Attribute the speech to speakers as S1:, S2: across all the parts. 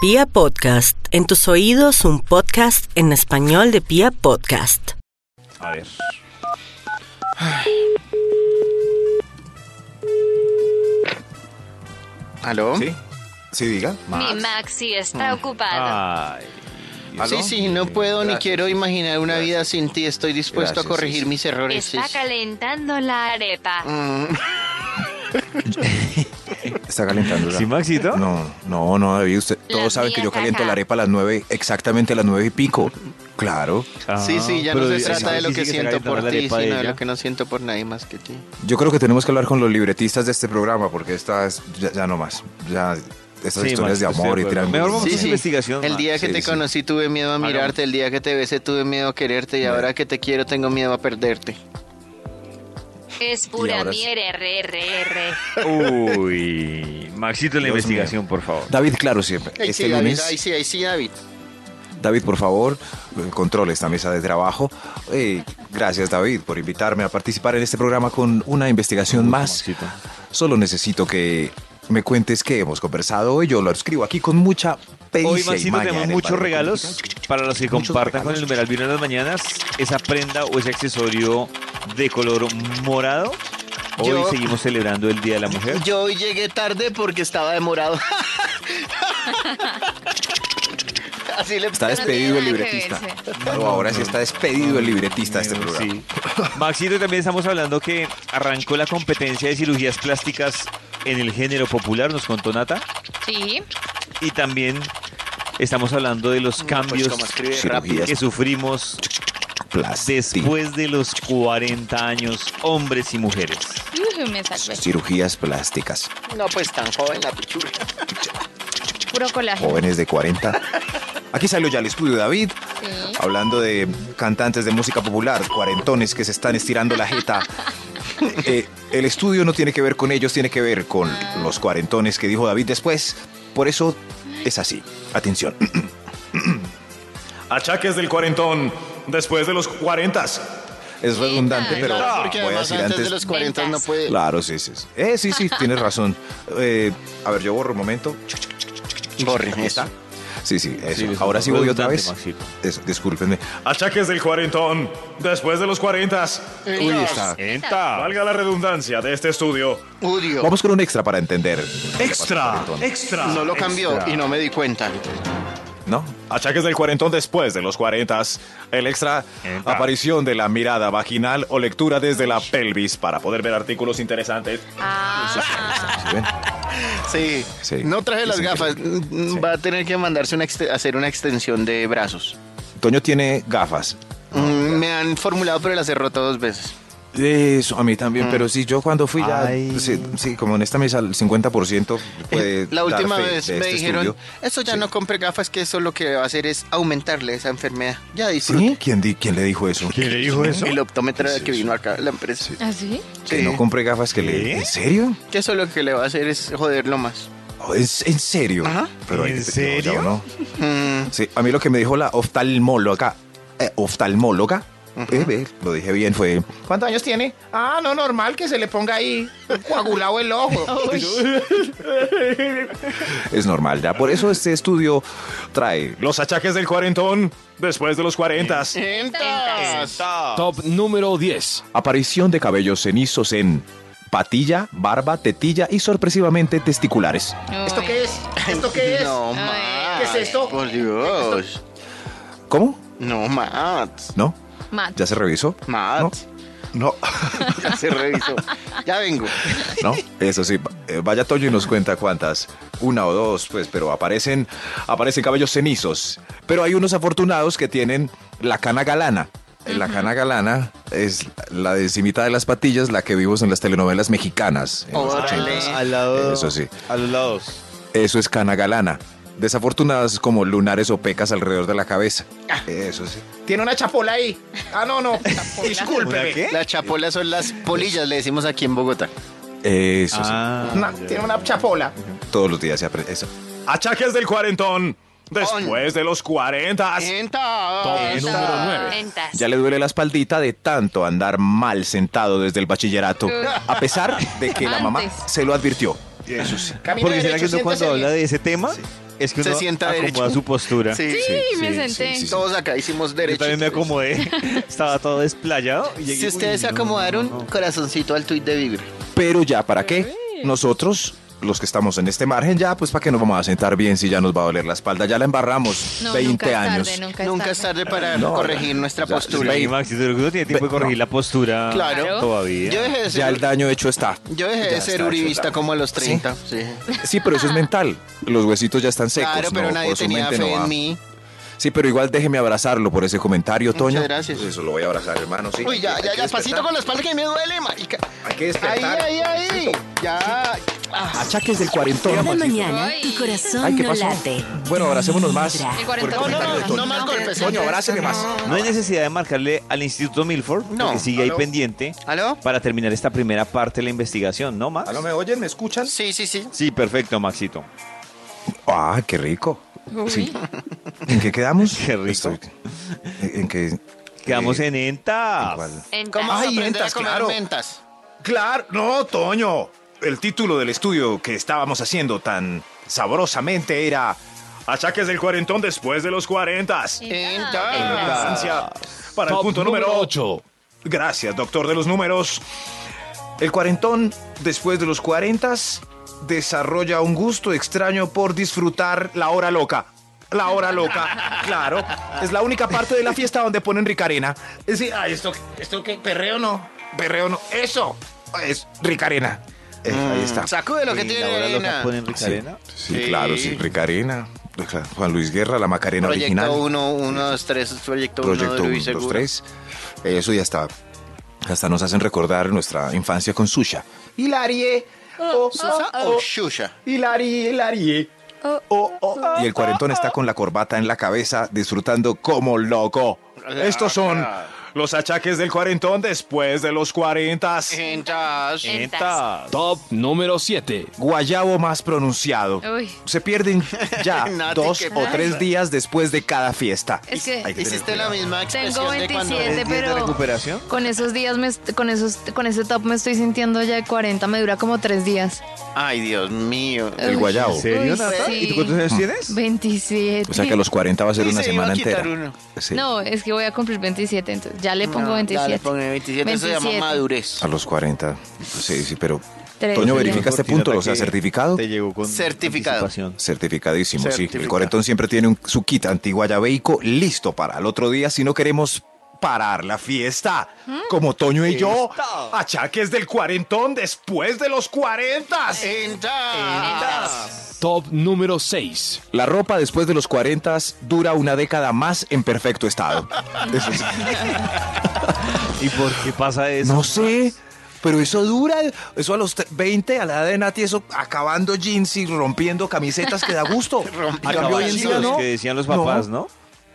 S1: Pia Podcast, en tus oídos un podcast en español de Pia Podcast.
S2: A ver.
S3: ¿Aló?
S2: ¿Sí? Sí, diga.
S4: Mi Maxi
S5: Mm.
S4: está
S5: Ah.
S4: ocupado.
S2: Ay. ¿aló?
S3: Sí, sí, no puedo ni
S2: Gracias.
S3: quiero imaginar una
S2: Gracias.
S3: vida sin ti. Estoy dispuesto
S2: Gracias,
S3: a corregir
S2: sí, sí.
S3: mis errores.
S4: Está
S3: Sí, sí.
S4: calentando la arepa.
S3: Mm,
S5: Está calentando. la-
S2: ¿Sí, Maxito?
S5: No, no, no, David. Usted,
S4: La
S5: todos saben
S4: mía
S5: que yo
S4: está
S5: caliento
S4: acá.
S5: la arepa a las nueve, exactamente a las nueve y pico. Claro.
S2: Ah,
S3: sí, sí, ya no
S2: pero
S3: se
S2: esa
S3: trata de
S2: vez
S3: lo
S2: sí
S3: que
S2: se
S3: siento
S2: calentó
S3: por
S2: la
S3: ti,
S2: arepa
S3: sino
S2: de
S3: de
S2: ella.
S3: lo que no siento por nadie más que ti.
S5: Yo creo que tenemos que hablar con los libretistas de este programa porque esta es ya, ya no más. Ya estas
S2: Sí,
S5: historias de
S2: Maxito, estoy
S5: amor y
S2: acuerdo.
S5: tiran.
S2: Mejor vamos
S3: Sí,
S2: a hacer
S3: sí.
S2: investigación.
S3: El día
S2: Max.
S3: que
S5: sí,
S3: te
S5: sí.
S3: conocí tuve miedo a
S2: Hagamos.
S3: mirarte, el día que te besé tuve miedo a quererte y ahora que te quiero tengo miedo a perderte.
S4: Es pura
S5: ahora sí.
S4: mier, R, R, R.
S2: Uy. Maxito, la
S5: Dios
S2: investigación, por favor.
S5: David, claro, siempre.
S3: Ay,
S5: Este
S3: sí, David,
S5: lunes,
S3: ay, sí, ay, sí, David.
S5: David, por favor, eh, controle esta mesa de trabajo. Eh, gracias, David, por invitarme a participar en este programa con una investigación más.
S2: Maxito.
S5: Solo necesito que me cuentes qué hemos conversado hoy. Yo lo escribo aquí con mucha pericia
S2: Hoy,
S5: y
S2: Maxito,
S5: maña
S2: tenemos
S5: en el
S2: muchos
S5: barrio
S2: regalos
S5: Cúcuta.
S2: para los que
S5: Muchos
S2: compartan con el numeral
S5: regalos.
S2: vino en las mañanas esa prenda o ese accesorio de color morado. Hoy
S3: Yo-
S2: seguimos celebrando el Día de la Mujer.
S3: Yo hoy llegué tarde porque estaba demorado. Así le Pues,
S5: Está
S4: No tiene
S5: despedido el
S4: nada que
S5: libretista.
S4: verse.
S5: No, ahora sí está despedido el libretista de este
S2: Bueno,
S5: programa.
S2: sí. Maxito, también estamos hablando que arrancó la competencia de cirugías plásticas en el género popular, nos contó Nata.
S4: Sí.
S2: Y también estamos hablando de los
S3: Pues
S2: cambios
S3: como escribe
S5: Cirugías
S2: que sufrimos
S5: plásticas.
S2: después de los 40 años, hombres y mujeres.
S6: Uy, me salvé.
S5: Cirugías plásticas.
S3: No, pues tan joven la pichurra.
S2: Ah,
S6: Puro colágeno.
S5: Jóvenes de 40. Aquí salió ya el estudio David,
S6: Sí.
S5: hablando de cantantes de música popular, cuarentones que se están estirando la jeta. Eh, el estudio no tiene que ver con ellos, tiene que ver con los cuarentones que dijo David después. Por eso es así. Atención.
S7: Achaques del cuarentón después de los cuarentas.
S5: Es redundante, pero
S3: Claro, Ah, porque
S5: voy a
S3: además
S5: decir
S3: antes, de
S5: antes
S3: los 40 no
S4: Ventas.
S3: puede.
S5: Claro, sí, sí. sí. Eh, sí, sí, tienes razón. Eh, a ver, yo borro un momento.
S3: Borre,
S5: Aquí está. Sí, sí, eso.
S2: Sí, eso
S5: Ahora
S2: es
S5: sí voy otra
S2: redundante,
S5: vez.
S2: Maxito.
S5: Eso, discúlpenme.
S7: Achaques del cuarentón después de los cuarentas.
S5: Uy, está.
S7: Valga la redundancia de este estudio.
S3: Udio.
S5: Vamos con un extra para entender.
S7: Extra, extra.
S3: No lo cambió
S7: extra.
S3: y no me di cuenta.
S5: ¿No?
S7: Achaques del cuarentón después de los cuarentas. El extra,
S2: Entra.
S7: aparición de la mirada vaginal o lectura desde la pelvis para poder ver artículos interesantes.
S6: Ah,
S5: ¿Sí ven?
S3: Sí.
S5: Sí.
S3: No traje las
S5: Sí, sí.
S3: gafas. Mm,
S5: Sí.
S3: Va a tener que mandarse una ext- hacer una extensión de brazos.
S5: Toño tiene gafas.
S3: Mm, me han formulado, pero las he roto dos veces.
S5: Eso, a mí también, pero sí, yo cuando fui ya,
S2: Mm. Ay.
S5: sí, sí, como en esta mesa el 50% puede
S3: Eh, La última
S5: dar fe
S3: vez
S5: de
S3: me
S5: este
S3: dijeron,
S5: estudio.
S3: eso ya
S5: Sí.
S3: no compre gafas, que eso lo que va a hacer es aumentarle esa enfermedad. Ya disfrute.
S5: ¿Sí? ¿Quién, di- ¿Quién le dijo eso?
S2: le dijo
S3: El optómetra
S5: Sí,
S3: que
S5: sí.
S3: vino acá, la empresa.
S6: ¿así?
S5: Que
S3: Sí.
S5: no compre gafas que
S2: ¿Qué?
S5: le... ¿En serio?
S3: Que eso lo que le va a hacer es joderlo más.
S5: Oh, ¿es- ¿En serio?
S3: Ajá.
S5: Pero hay-
S2: ¿En
S5: no, ya
S2: serio?
S5: uno-
S3: Mm,
S5: Sí, a mí lo que me dijo la oftalmóloga, eh, oftalmóloga, eh, ve, lo dije bien, fue...
S8: ¿Cuántos años tiene? Ah, no, normal que se le ponga ahí coagulado el ojo.
S5: Es normal, ya. Por eso este estudio trae...
S7: Los achaques del cuarentón después de los cuarentas.
S4: Ventas.
S9: Top número 10.
S5: Aparición de cabellos cenizos en patilla, barba, tetilla y sorpresivamente testiculares.
S8: ¿Esto qué es? ¿Esto qué es?
S3: No,
S6: Ay,
S3: Matt.
S8: ¿Qué es esto?
S3: Por Dios.
S5: ¿Cómo?
S3: No, Matt.
S5: ¿No?
S6: Mat.
S5: ¿Ya se revisó?
S3: Matt.
S5: No,
S3: Ya se revisó. Ya vengo.
S5: no, eso sí. eh, Vaya Toño y nos cuenta cuántas. Una o dos, pues, pero aparecen, aparecen cabellos cenizos. Pero hay unos afortunados que tienen la cana galana. Eh, La cana galana es la desimita de las patillas, la que vimos en las telenovelas mexicanas. en los
S3: Órale.
S5: 80s.
S2: Al lado.
S5: Eso sí.
S2: A los lados.
S5: Eso es cana galana. Desafortunadas como lunares o pecas alrededor de la cabeza. Eso sí.
S8: Tiene una chapola ahí. Ah, no, no. Discúlpeme.
S5: ¿Eh?
S3: Las chapolas son las polillas, le decimos aquí en Bogotá.
S5: Eso
S2: Ah,
S8: Una-
S2: ya.
S8: tiene una chapola.
S5: sí. Todos los días se aprende eso.
S7: Achaques del cuarentón después de los cuarentas.
S3: Entonces.
S4: Ah, Ventas.
S5: Ya le duele la espaldita de tanto andar mal sentado desde el bachillerato, a pesar de que la mamá
S6: Antes.
S5: se lo advirtió.
S8: Camina
S2: Porque será
S8: derecho,
S2: que uno cuando
S8: siéntese
S2: habla
S8: bien.
S2: de ese tema es que
S3: Se
S2: uno
S3: sienta
S2: acomoda
S3: derecho.
S2: su postura.
S3: Sí.
S8: Sí, me
S2: sí,
S8: senté.
S5: sí, sí.
S3: Todos acá hicimos
S2: Yo
S3: derecho.
S2: también me acomodé. Estaba todo desplayado. Y llegué,
S3: Si ustedes se
S2: uy, no,
S3: acomodaron,
S2: no, no.
S3: corazoncito al tuit de Vibra.
S5: Pero ya, ¿para qué? Nosotros, los que estamos en este margen, ya, pues ¿para qué nos vamos a sentar bien si ya nos va a doler la espalda? Ya la embarramos
S8: No,
S5: 20
S8: nunca es
S5: años.
S8: tarde, nunca es
S3: Nunca es tarde para
S5: No,
S3: corregir nuestra
S5: ya,
S3: postura.
S2: Sí, Maxi, tú no tiene tiempo de corregir la postura
S3: Claro.
S2: todavía.
S3: Yo dejé de
S5: Ya el
S3: ser,
S5: daño hecho está.
S3: yo dejé
S5: Ya
S3: de ser
S5: está,
S3: uribista
S5: chuta.
S3: como a los 30. sí.
S5: Sí, pero eso es mental. Los huesitos ya están secos.
S3: Claro, pero
S5: no,
S3: nadie
S5: por su
S3: tenía
S5: mente
S3: fe
S5: no va.
S3: en mí.
S5: Sí, pero igual déjeme abrazarlo por ese comentario,
S3: Muchas
S5: Toño.
S3: gracias.
S5: Eso lo voy a abrazar, hermano. sí.
S3: Uy, ya,
S5: Hay
S3: ya,
S5: que
S3: ya, pasito
S5: despertar.
S3: con la espalda que me duele, marica.
S5: Hay que
S3: Ahí,
S5: despertar.
S3: ahí, ahí. Ya. Ah,
S5: Achaques del cuarentón.
S1: Cada
S5: Maxito.
S1: mañana tu
S5: Ay,
S1: corazón
S5: ¿qué
S1: no
S5: pasó?
S1: late.
S5: Bueno, abracémonos más.
S1: Vibra.
S8: El
S5: Por el
S8: cuarentón no,
S5: comentario
S8: no,
S5: de Toño.
S8: no más
S3: golpes.
S5: Toño, abráceme más.
S2: No hay necesidad de marcarle al Instituto Milford,
S3: No.
S2: porque sigue ahí
S3: Aló.
S2: pendiente
S3: ¿Aló?
S2: para terminar esta primera parte de la investigación, ¿no, Max?
S5: ¿Ah, no me oyen? ¿Me escuchan?
S3: Sí, sí, sí.
S2: Sí, perfecto, Maxito.
S5: Ah, qué rico. Sí. ¿En qué quedamos?
S2: Qué rico.
S5: ¿En qué?
S2: Quedamos
S5: eh,
S2: en ENTA.
S5: cuál?
S4: Entas.
S3: ¿Cómo
S5: Ay,
S3: aprender a
S5: mentas,
S3: comer
S5: claro.
S3: mentas?
S7: Claro, no, Toño. El título del estudio que estábamos haciendo tan sabrosamente era Achaques del cuarentón después de los cuarentas.
S3: Mentas.
S7: Para el
S9: Top
S7: punto número 8.
S9: 8.
S7: Gracias, doctor de los números.
S5: El cuarentón, después de los cuarentas, desarrolla un gusto extraño por disfrutar la hora loca. La hora loca, claro. Es la única parte de la fiesta donde ponen ricarena.
S7: Es decir, ay, esto, esto qué, perreo no, perreo no. Eso
S5: Es ricarena. Eh, ahí está.
S3: Sacude lo que
S2: Y
S3: tiene
S2: ahora lo
S3: arena.
S2: ponen Rica Arena.
S5: Sí, claro, sí, ricarena. Juan Luis Guerra, la Macarena original.
S3: Proyecto 1, 1, 2, 3. Proyecto 1,
S5: Proyecto 1,
S3: Luis
S5: 2,
S3: Seguro.
S5: 3. Eh, Eso ya está. Hasta nos hacen recordar nuestra infancia con Susha. Hilarie. Oh,
S3: Susa o Shusha.
S5: Hilarie, Hilarie.
S8: Oh,
S5: Oh, Y el cuarentón está con la corbata en la cabeza, disfrutando como loco.
S7: Estos son los achaques del cuarentón después de los cuarentas.
S3: Eh. Mentas.
S2: ENTA.
S9: Top número 7.
S5: Guayabo más pronunciado.
S8: Uy.
S5: Se pierden ya
S3: Nati,
S5: dos
S3: ¿qué
S5: o
S3: pasa?
S5: tres días después de cada fiesta.
S8: Es que
S5: Hay que tener
S3: Hiciste la
S5: cuidado.
S3: misma
S8: tengo
S3: expresión de
S8: 27,
S3: cuando...
S2: de
S8: pero
S2: recuperación?
S8: con esos días, me est- con esos, con ese top me estoy sintiendo ya de 40. Me dura como tres días.
S3: Ay, Dios mío.
S5: El guayabo. Mm.
S2: ¿En serio,
S8: Uy,
S2: Nata?
S8: sí.
S2: ¿Y tú cuántos años tienes?
S8: 27.
S5: O sea que a los 40 va a ser
S3: Sí,
S5: una
S3: se iba
S5: semana
S3: a quitar
S5: entera.
S3: uno.
S5: Sí.
S8: No, es que voy a cumplir 27, entonces ya le pongo
S3: No,
S8: 27.
S3: Ah, Dale, pongo 27. Eso se
S8: 27.
S3: llama madurez.
S5: A los 40. Sí, sí, pero.
S8: Tres
S5: Toño,
S8: días.
S5: verifica este punto, o sea,
S2: Que
S5: certificado.
S2: Te llegó con
S3: Certificado.
S2: anticipación.
S5: Certificadísimo, sí. El
S3: Certificado.
S5: cuarentón siempre tiene un, su kit antiguayabeico listo para el otro día si no queremos parar la fiesta.
S8: ¿Mm?
S7: Como Toño y yo, achaques del cuarentón después de los cuarentas.
S3: Entas.
S9: Top número 6.
S5: La ropa después de los 40 dura una década más en perfecto estado. Eso sí.
S2: ¿Y por qué pasa eso?
S5: No sé, pero eso dura, eso a los tre- 20, a la edad de Nati, eso acabando jeans y rompiendo camisetas que da gusto. En cambio, hoy en día,
S2: Acabados,
S5: no.
S2: que decían los papás, ¿no?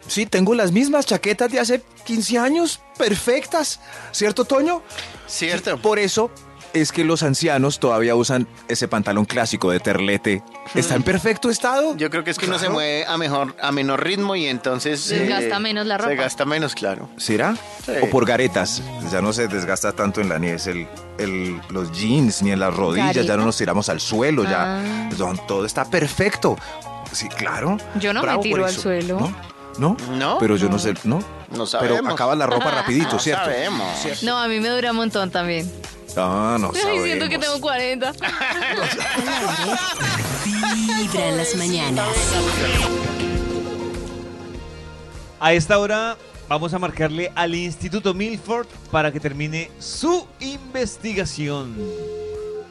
S5: Sí, tengo las mismas chaquetas de hace 15 años, perfectas. ¿Cierto, Toño?
S3: Cierto.
S5: Por eso es que los ancianos todavía usan ese pantalón clásico de terlete. ¿Está en perfecto estado?
S3: Yo creo que es que uno se mueve a mejor, a menor ritmo y entonces eh,
S8: Se gasta menos la
S3: Se
S8: ropa.
S3: gasta menos, claro.
S5: ¿Será?
S3: Sí.
S5: O por garetas. Ya no se desgasta tanto en la nieve el, el- los jeans ni en las rodillas. Ya
S8: ¿Gareta?
S5: no nos tiramos al suelo.
S8: Ah.
S5: Ya don- todo está perfecto. Sí, claro.
S8: Yo no me
S5: Bravo por
S8: tiro al
S5: eso.
S8: suelo.
S5: ¿No?
S3: ¿No?
S5: Pero yo no sé. No.
S3: No sabemos.
S5: Pero acaba la ropa
S8: Ah,
S5: rapidito,
S3: no
S5: ¿cierto?
S3: sabemos.
S8: No, a mí me dura un montón también.
S5: Ah, no
S8: Ay,
S5: sabemos.
S8: siento que tengo Pues 40.
S1: Vibra en las mañanas.
S2: A esta hora vamos a marcarle al Instituto Milford para que termine su investigación.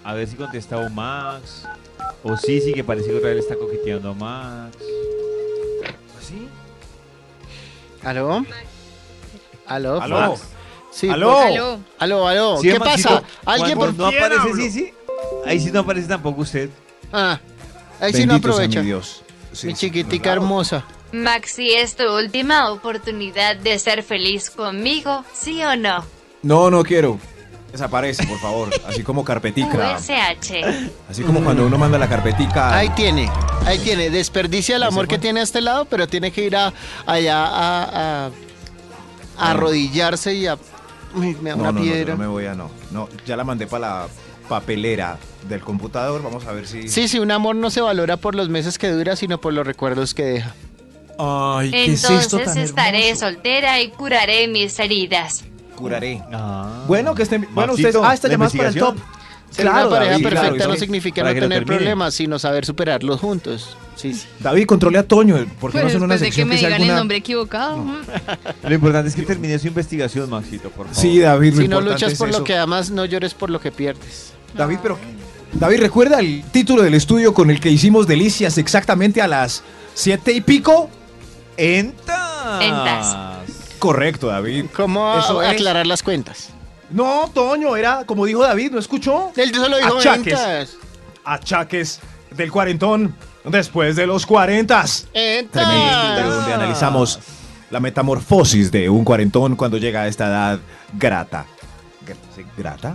S2: A ver si contesta o Max. O Sisi, que parece que otra vez le está coqueteando a Max. ¿Sí?
S3: ¿Aló? ¿Aló?
S7: ¿Aló?
S3: Max? Sí, pues.
S7: ¿Aló?
S8: Aló.
S3: ¿Aló, aló?
S2: Sí,
S3: ¿Qué
S2: Maxito,
S3: pasa? ¿Alguien por
S2: cuando no
S7: quién
S2: aparece
S7: hablo?
S2: Sisi? Ahí sí no aparece tampoco usted.
S3: Ah, ahí sí no
S5: Bendito sea
S3: aprovecha.
S5: mi
S3: Mi,
S5: Dios. Sí, sí,
S3: chiquitica
S5: claro.
S3: hermosa.
S4: Maxi, es tu última oportunidad de ser feliz conmigo, ¿sí o no?
S5: No, no quiero. Desaparece, por favor. Así como carpetica.
S4: USH.
S5: Así como cuando uno manda la carpetica.
S3: Ahí tiene, ahí tiene. Desperdicia el amor que tiene a este lado, pero tiene que ir a, allá a, a- a arrodillarse y a. Uy, me da
S5: no,
S3: una
S5: no, no, yo
S3: piedra.
S5: no me voy a no. No, ya la mandé para la papelera del computador. Vamos a ver si.
S3: Sí, sí, un amor no se valora por los meses que dura, sino por los recuerdos que deja.
S5: Ay, ¿qué es esto
S4: Entonces
S5: tan
S4: estaré
S5: hermoso?
S4: soltera y curaré mis heridas.
S5: Curaré.
S2: Ah.
S5: Bueno, que estén. Bueno,
S2: Maxito,
S5: ustedes. Ah, esta
S2: la
S5: llamada es para el top.
S2: investigación.
S3: Ser una pareja
S5: David,
S3: perfecta
S5: claro,
S3: no
S5: David.
S3: significa no
S2: Para que lo
S3: tener
S2: termine.
S3: problemas, sino saber superarlos juntos. Sí, sí.
S5: David, controle a Toño. ¿Por qué
S8: Pues
S5: no hacen una
S8: después de que
S5: sección
S8: me
S5: que sea
S8: digan el
S5: alguna-
S8: nombre equivocado. mm.
S2: Lo importante es que termine su investigación, Maxito, por favor.
S5: Sí, David, lo
S3: Si no
S5: importante
S3: luchas
S5: es
S3: por
S5: eso.
S3: lo que amas, no llores por lo que pierdes.
S5: David, pero. David, ¿recuerda el título del estudio con el que hicimos delicias exactamente a las siete y pico?
S2: Entas.
S4: Entas.
S5: Correcto, David.
S3: ¿Cómo a-
S5: Eso es.
S3: aclarar las cuentas?
S5: No, Toño, era como dijo David, ¿no escuchó?
S3: Él solo dijo
S5: Achaques.
S3: ventas.
S5: Achaques del cuarentón después de los cuarentas. Tremendo
S3: Ah.
S5: estudio donde
S3: Ventas.
S5: analizamos la metamorfosis de un cuarentón cuando llega a esta edad grata. Gr- ¿sí? ¿Grata?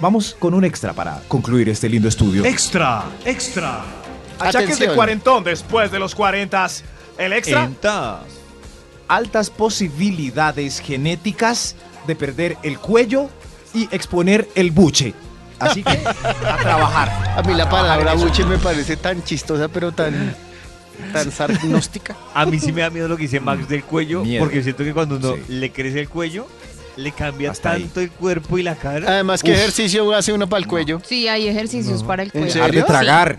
S5: Vamos con un extra para concluir este lindo estudio.
S7: Extra, extra. Achaques de
S3: Atención.
S7: cuarentón después de los cuarentas. El extra.
S2: Entas.
S5: Altas posibilidades genéticas de perder el cuello y exponer el buche. Así que a trabajar.
S3: A mí la palabra buche me parece tan chistosa, pero tan, tan sarcástica.
S2: A mí sí me da miedo lo que dice Max del cuello,
S5: Miedo.
S2: porque siento que cuando uno
S5: Sí.
S2: le crece el cuello, le cambia
S5: Hasta ahí.
S2: tanto el cuerpo y la cara.
S3: Además, ¿qué ejercicio hace uno para el cuello?
S8: Sí, hay ejercicios para el cuello.
S5: Dejar de tragar.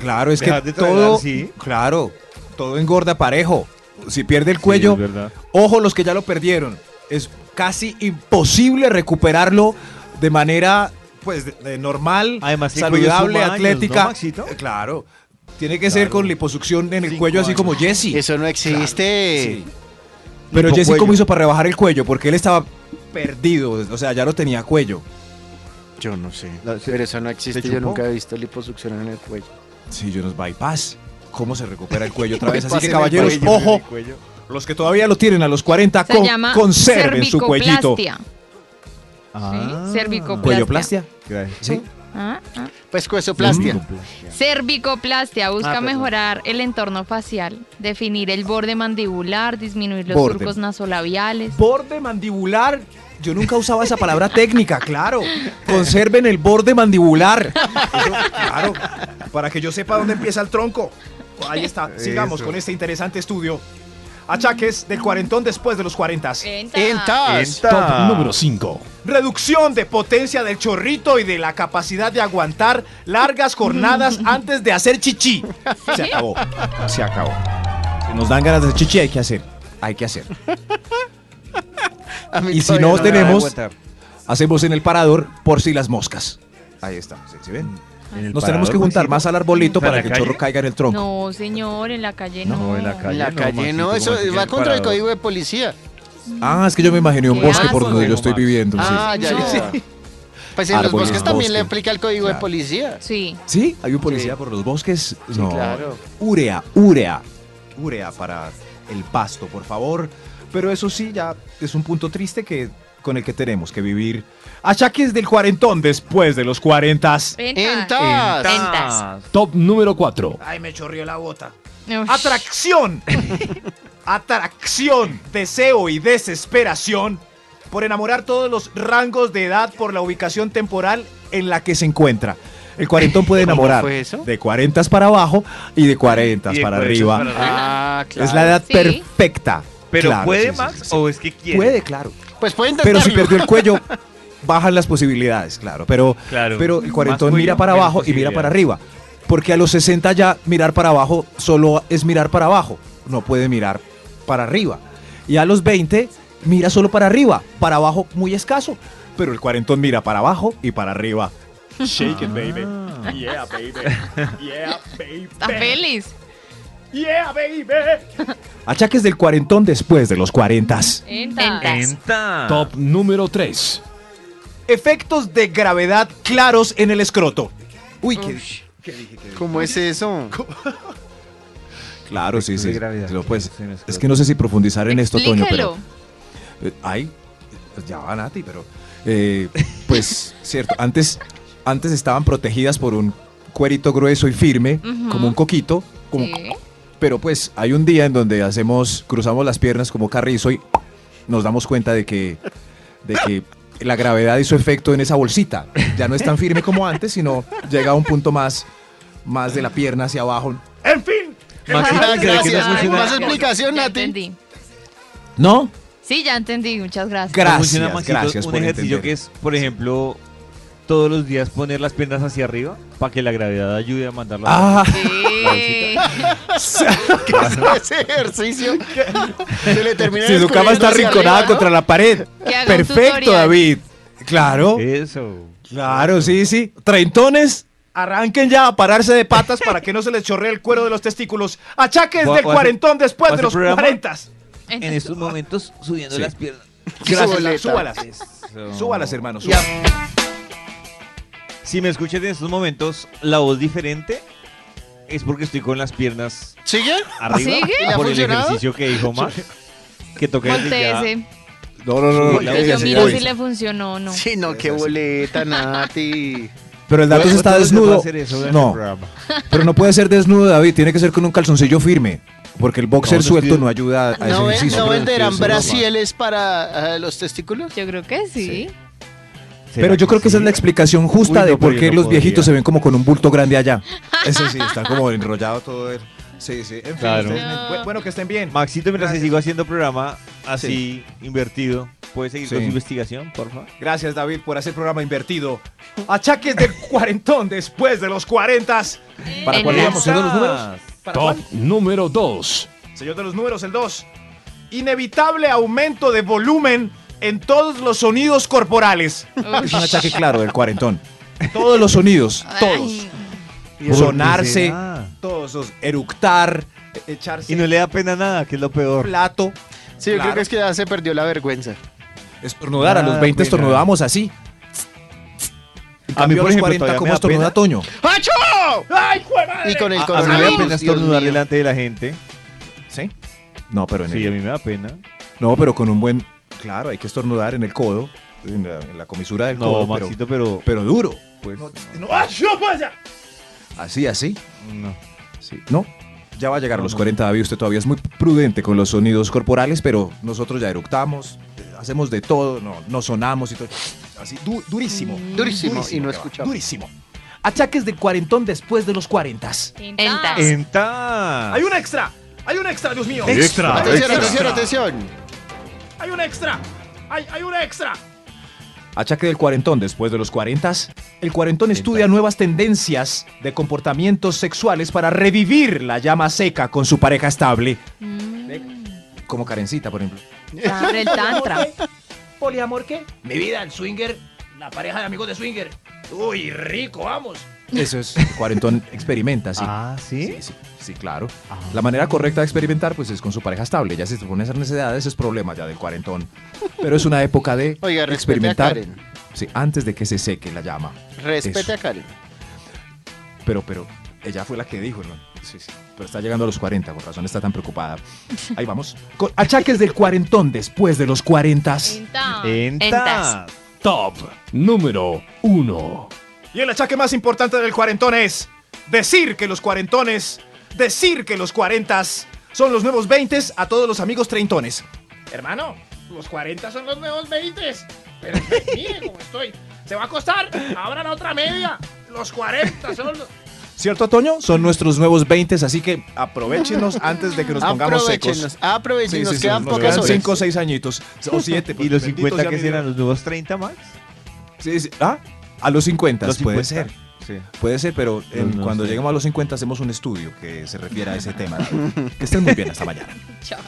S5: Claro, es que
S2: Dejar de tragar,
S5: todo.
S2: sí.
S5: Claro, todo engorda parejo. Si pierde el
S2: Sí,
S5: cuello,
S2: es verdad.
S5: ojo los que ya lo perdieron. Es casi imposible recuperarlo de manera pues de- de normal,
S2: Además, el cuello
S5: saludable,
S2: suma años,
S5: atlética.
S2: ¿no, Maxito?
S5: Eh, Claro. Tiene que ser con liposucción en el
S2: Cinco
S5: cuello, así como
S2: años.
S5: Jesse.
S3: Eso no existe.
S5: Sí. Pero Jesse,
S2: Lipocuello.
S5: ¿cómo hizo para rebajar el cuello? Porque él estaba perdido, o sea, ya no tenía cuello.
S3: Yo no sé.
S2: La- se-
S3: Pero eso no existe.
S2: ¿se
S3: Yo
S2: chupó?
S3: nunca he visto liposucción en el cuello.
S5: Sí, yo nos bypass. ¿Cómo se recupera el cuello otra vez? Así
S3: Bypass en
S5: que
S3: el
S5: caballeros,
S3: cuello.
S5: ojo, los que todavía lo tienen a los 40,
S8: Se
S5: con-
S8: llama
S5: conserven su cuellito.
S8: cervicoplastia.
S2: Ah.
S8: cervicoplastia.
S5: ¿Cuelloplastia?
S2: Gracias.
S5: Sí.
S8: Ah, ah.
S3: Pues cuesoplastia.
S8: Cervicoplastia busca
S2: Ah, perdón.
S8: mejorar el entorno facial, definir el borde mandibular, disminuir los
S5: Borde.
S8: surcos nasolabiales.
S5: Borde mandibular. Yo nunca usaba esa palabra técnica, claro. Conserven el borde mandibular. Eso, claro.
S7: Para que yo sepa dónde empieza el tronco. Ahí está. Sigamos
S2: Eso.
S7: con este interesante estudio. Achaques del cuarentón después de los cuarentas.
S3: Entas.
S9: Top número 5.
S7: Reducción de potencia del chorrito y de la capacidad de aguantar largas jornadas antes de hacer chichi.
S5: Se acabó. Se acabó. Si nos dan ganas de chichi, hay que hacer. Hay que hacer.
S3: A mí
S5: Y si
S3: todavía
S5: no
S3: me
S5: tenemos,
S3: da cuenta.
S5: hacemos en el parador por si las moscas. Ahí está. ¿Sí, sí ven? Nos tenemos que juntar más al arbolito
S2: ¿En la
S5: para que el
S2: calle?
S5: chorro caiga en el tronco.
S8: No, señor, en la calle no.
S2: No, en la calle.
S3: La calle no, eso va contra el código de policía.
S5: Ah, es que yo me imaginé un
S8: Qué
S5: bosque por
S8: asco.
S5: donde yo estoy viviendo. sí.
S3: Ah, ya,
S8: No.
S3: ya. Pues en los
S5: Árboles,
S3: bosques también le
S5: bosque.
S3: aplica el código de
S5: Claro.
S3: policía.
S8: Sí.
S5: ¿Sí? ¿Hay un policía por los bosques? no.
S3: claro.
S5: Urea, urea. Urea para el pasto, por favor. Pero eso sí, ya es un punto triste que con el que tenemos que vivir.
S7: Achaques del cuarentón después de los cuarentas.
S3: Entas.
S4: Entas.
S9: Top número 4.
S7: Ay, me chorrió la bota.
S8: Ush.
S7: Atracción. Atracción, deseo y desesperación por enamorar todos los rangos de edad por la ubicación temporal en la que se encuentra.
S5: El cuarentón puede
S3: ¿Cómo
S5: enamorar
S3: fue eso?
S5: de cuarentas para abajo y de cuarentas
S2: Y de
S5: para
S2: cuarentas
S5: arriba.
S2: para
S3: Ah, claro.
S5: Es la edad
S8: Sí.
S5: perfecta.
S2: Pero
S5: Claro, sí,
S2: puede
S5: sí,
S2: Max
S5: sí, sí.
S2: o es que quiere.
S5: Puede, claro.
S3: Pues puede intentarlo.
S5: Pero si perdió el cuello, bajan las posibilidades, claro. Pero,
S2: Claro.
S5: pero el cuarentón
S2: Más cuello,
S5: mira para
S2: menos
S5: abajo y mira
S2: posibilidades.
S5: para arriba. Porque a los 60 ya mirar para abajo solo es mirar para abajo. No puede mirar para arriba. Y a los 20 mira solo para arriba. Para abajo muy escaso. Pero el cuarentón mira para abajo y para arriba.
S7: Shake it, baby.
S2: Ah,
S7: Yeah, baby. Yeah, baby.
S8: Está feliz.
S7: Yeah, baby.
S5: Achaques del cuarentón después de los 40.
S8: Entas.
S4: Entas.
S2: Entas.
S9: Top número 3.
S5: Efectos de gravedad claros en el escroto. Uy, qué
S3: ¿Cómo es eso?
S5: Claro, sí,
S2: Efectos
S5: sí.
S2: de gravedad.
S5: Pero pues,
S2: Sí, en el escroto.
S5: es que no sé si profundizar en esto, Toño, pero.
S8: Explíquelo.
S5: Eh, Ay, pues ya va Nati, pero. eh, pues, cierto, antes, antes estaban protegidas por un cuerito grueso y firme,
S8: Ujú.
S5: como un coquito, como-
S8: Sí.
S5: pero pues hay un día en donde hacemos, cruzamos las piernas como carrizo y nos damos cuenta de que, de que la gravedad hizo efecto en esa bolsita. Ya no es tan firme como antes, sino llega a un punto más, más de la pierna hacia abajo.
S10: En fin.
S2: Maxito, ¿cree que no
S3: Gracias.
S2: funciona?
S3: Más explicación,
S8: Ya
S3: Nati.
S8: entendí.
S5: ¿No?
S8: Sí, ya entendí. Muchas gracias.
S5: Gra-
S2: ¿Cómo
S5: Gracias,
S2: funciona, Maxito?
S5: gracias
S2: Un
S5: por
S2: ejercicio
S5: entender.
S2: que es, por ejemplo, todos los días poner las piernas hacia arriba para que la gravedad ayude a mandarlas.
S5: Ah,
S8: Sí.
S3: ¿Qué es ese ejercicio? Se le termina
S5: si su cama
S3: descubriendo hacia
S5: está arrinconada
S3: arriba, ¿no?
S5: contra la pared.
S8: Que haga un
S5: Perfecto,
S8: tutorial.
S5: David. Claro,
S2: Eso.
S5: claro, sí, sí. Treintones, arranquen ya a pararse de patas.
S7: Patas para que no se les chorree el cuero de los testículos.
S5: Ah,
S7: Achaques
S2: ¿Va-
S7: del
S2: va a
S7: cuarentón después
S2: va a
S7: de
S2: ser
S7: los
S2: programa?
S7: cuarentas.
S2: En estos momentos subiendo las piernas.
S3: Súbala,
S7: Gracias,
S3: súbala.
S7: súbalas. Súbalas, hermanos.
S3: Ya.
S2: Si me escuchan en estos momentos la voz diferente, es porque estoy con las piernas
S3: ¿Sigue?
S2: arriba
S8: ¿Sigue?
S3: ¿Le ha
S2: por el
S3: funcionado?
S2: ejercicio que dijo Max. Que toca desde ya.
S8: Volteese.
S5: No, no, no, no,
S2: La
S8: Pero
S2: única
S8: yo
S2: sí,
S8: miro
S2: David.
S8: si le funcionó o no.
S3: Sí, no, qué boleta, Nati.
S5: Pero el dato
S2: Bueno,
S5: está
S2: todo se puede
S5: desnudo.
S2: hacer eso ¿eh? en el
S5: No,
S2: programa.
S5: pero no puede ser desnudo, David. Tiene que ser con un calzoncillo firme. Porque el boxer
S2: No, no
S5: suelto
S2: estoy-
S5: no ayuda a
S3: ¿No,
S5: ese
S3: ven-
S5: ejercicio.
S3: no venderán
S2: eso no va.
S3: brasiles para eh, los testículos?
S8: Yo creo que sí.
S5: Pero yo creo que esa es la explicación justa
S2: Uy, no,
S5: de por
S2: pero
S5: qué
S2: yo no
S5: los viejitos
S2: podría.
S5: se ven como con un bulto grande allá. Eso sí, están como enrollado todo. el- Sí, sí. En fin,
S2: Claro.
S5: ustedes me-
S8: No.
S5: Bueno, que estén bien.
S2: Maxito, mientras se
S5: Gracias.
S2: sigo haciendo programa así invertido, ¿puedes seguir con
S5: Sí.
S2: su investigación, por favor?
S7: Gracias, David, por hacer programa invertido. Achaques del cuarentón después de los cuarentas.
S5: ¿Para
S8: En
S5: cuál
S8: la-
S5: vamos a los números?
S7: ¿Para
S9: Top
S7: cuál?
S9: número 2.
S7: Señor de los números, el 2. Inevitable aumento de volumen en todos los sonidos corporales.
S5: Es un ataque claro del cuarentón. Todos los sonidos, todos.
S8: Ay,
S5: Sonarse,
S2: Ah.
S5: todos esos, eructar, e- echarse
S2: Y no le da pena nada, que es lo
S5: un
S2: peor.
S5: plato,
S3: Sí, yo
S5: Claro.
S3: creo que es que ya se perdió la vergüenza.
S5: estornudar. A los 20
S2: Ah,
S5: estornudábamos así.
S2: A mí,
S5: En cambio,
S2: por
S5: a los
S2: ejemplo,
S5: 40,
S2: todavía me
S5: ¿cómo
S2: da
S5: estornuda
S2: pena.
S5: Toño?
S3: ¡Acho! Y con el
S2: A, a mí me da pena
S3: coronavirus, Dios
S2: estornudar
S3: mío.
S2: delante de la gente.
S5: ¿Sí? No, pero en
S2: Sí, a
S5: el,
S2: mí me da pena.
S5: No, pero con un buen... Claro, hay que estornudar en el codo, en la, en la comisura del
S2: No,
S5: codo, pero,
S2: Maxito, pero...
S5: pero duro.
S2: pues, no.
S7: ah,
S5: Así, así. Sí. No, ya va a llegar a los 40, David. Usted todavía es muy prudente con los sonidos corporales, pero nosotros ya eructamos, eh, hacemos de todo, no, no sonamos y todo. Así, du- durísimo.
S3: Mm, Durísimo, y no
S5: que va,
S3: escuchamos.
S5: Durísimo. Achaques de cuarentón después de los cuarentas.
S4: Entas.
S2: Entas.
S7: Hay un extra. Hay un extra, Dios mío.
S5: Ah,
S9: Extra.
S3: Atención, atención, atención.
S7: Hay un extra. Hay, hay un extra.
S5: Achaque del cuarentón después de los cuarentas. El cuarentón estudia nuevas tendencias de comportamientos sexuales para revivir la llama seca con su pareja estable. Como Karencita, por ejemplo.
S8: tantra, el tantra.
S5: ¿Poliamor qué?
S10: Mi vida, el swinger, la pareja de amigos de swinger. Uy, rico, vamos.
S5: Eso es. El cuarentón experimenta, sí.
S2: Ah, ¿sí? Ah.
S5: Sí, sí, sí, claro. La manera correcta de experimentar pues es con su pareja estable. Ya si se ponen esas necesidades, es problema ya del cuarentón. Pero es una época de
S3: Oiga, respete a
S5: experimentar
S3: Karen.
S5: sí, antes de que se seque la llama.
S3: Respete
S5: Eso.
S3: a Karen.
S5: Pero, pero, ella fue la que dijo, ¿no? Sí, sí. Pero está llegando a los 40, con razón está tan preocupada. Ahí vamos. Con achaques del cuarentón después de los cuarentas.
S8: Entas.
S2: Entas.
S4: Entas.
S9: Top número 1.
S7: Y el achaque más importante del cuarentón es decir que los cuarentones, decir que los cuarentas son los nuevos veintes a todos los amigos treintones.
S10: Hermano, los 40 son los nuevos 20. Pero mire cómo estoy. Se va a acostar. Ahora la otra media. Los 40 son los.
S5: ¿Cierto, Toño? Son nuestros nuevos 20, así que aprovechenos antes de que nos pongamos secos.
S3: Aprovechenos, aprovechenos,
S5: Sí, sí, sí,
S3: quedan
S5: nos
S3: pocas
S5: quedan
S3: horas.
S5: cinco o 6 añitos. O pues, 7.
S2: Y los pues, 50 que serán los nuevos 30 más.
S5: Sí, sí. Ah, a los 50,
S2: Los
S5: puede
S2: 50.
S5: ser.
S2: Sí.
S5: Puede ser, pero eh,
S2: No, no
S5: cuando
S2: sé.
S5: lleguemos a los 50 hacemos un estudio que se refiera a ese tema. David. que estén muy bien hasta mañana.
S8: Chao.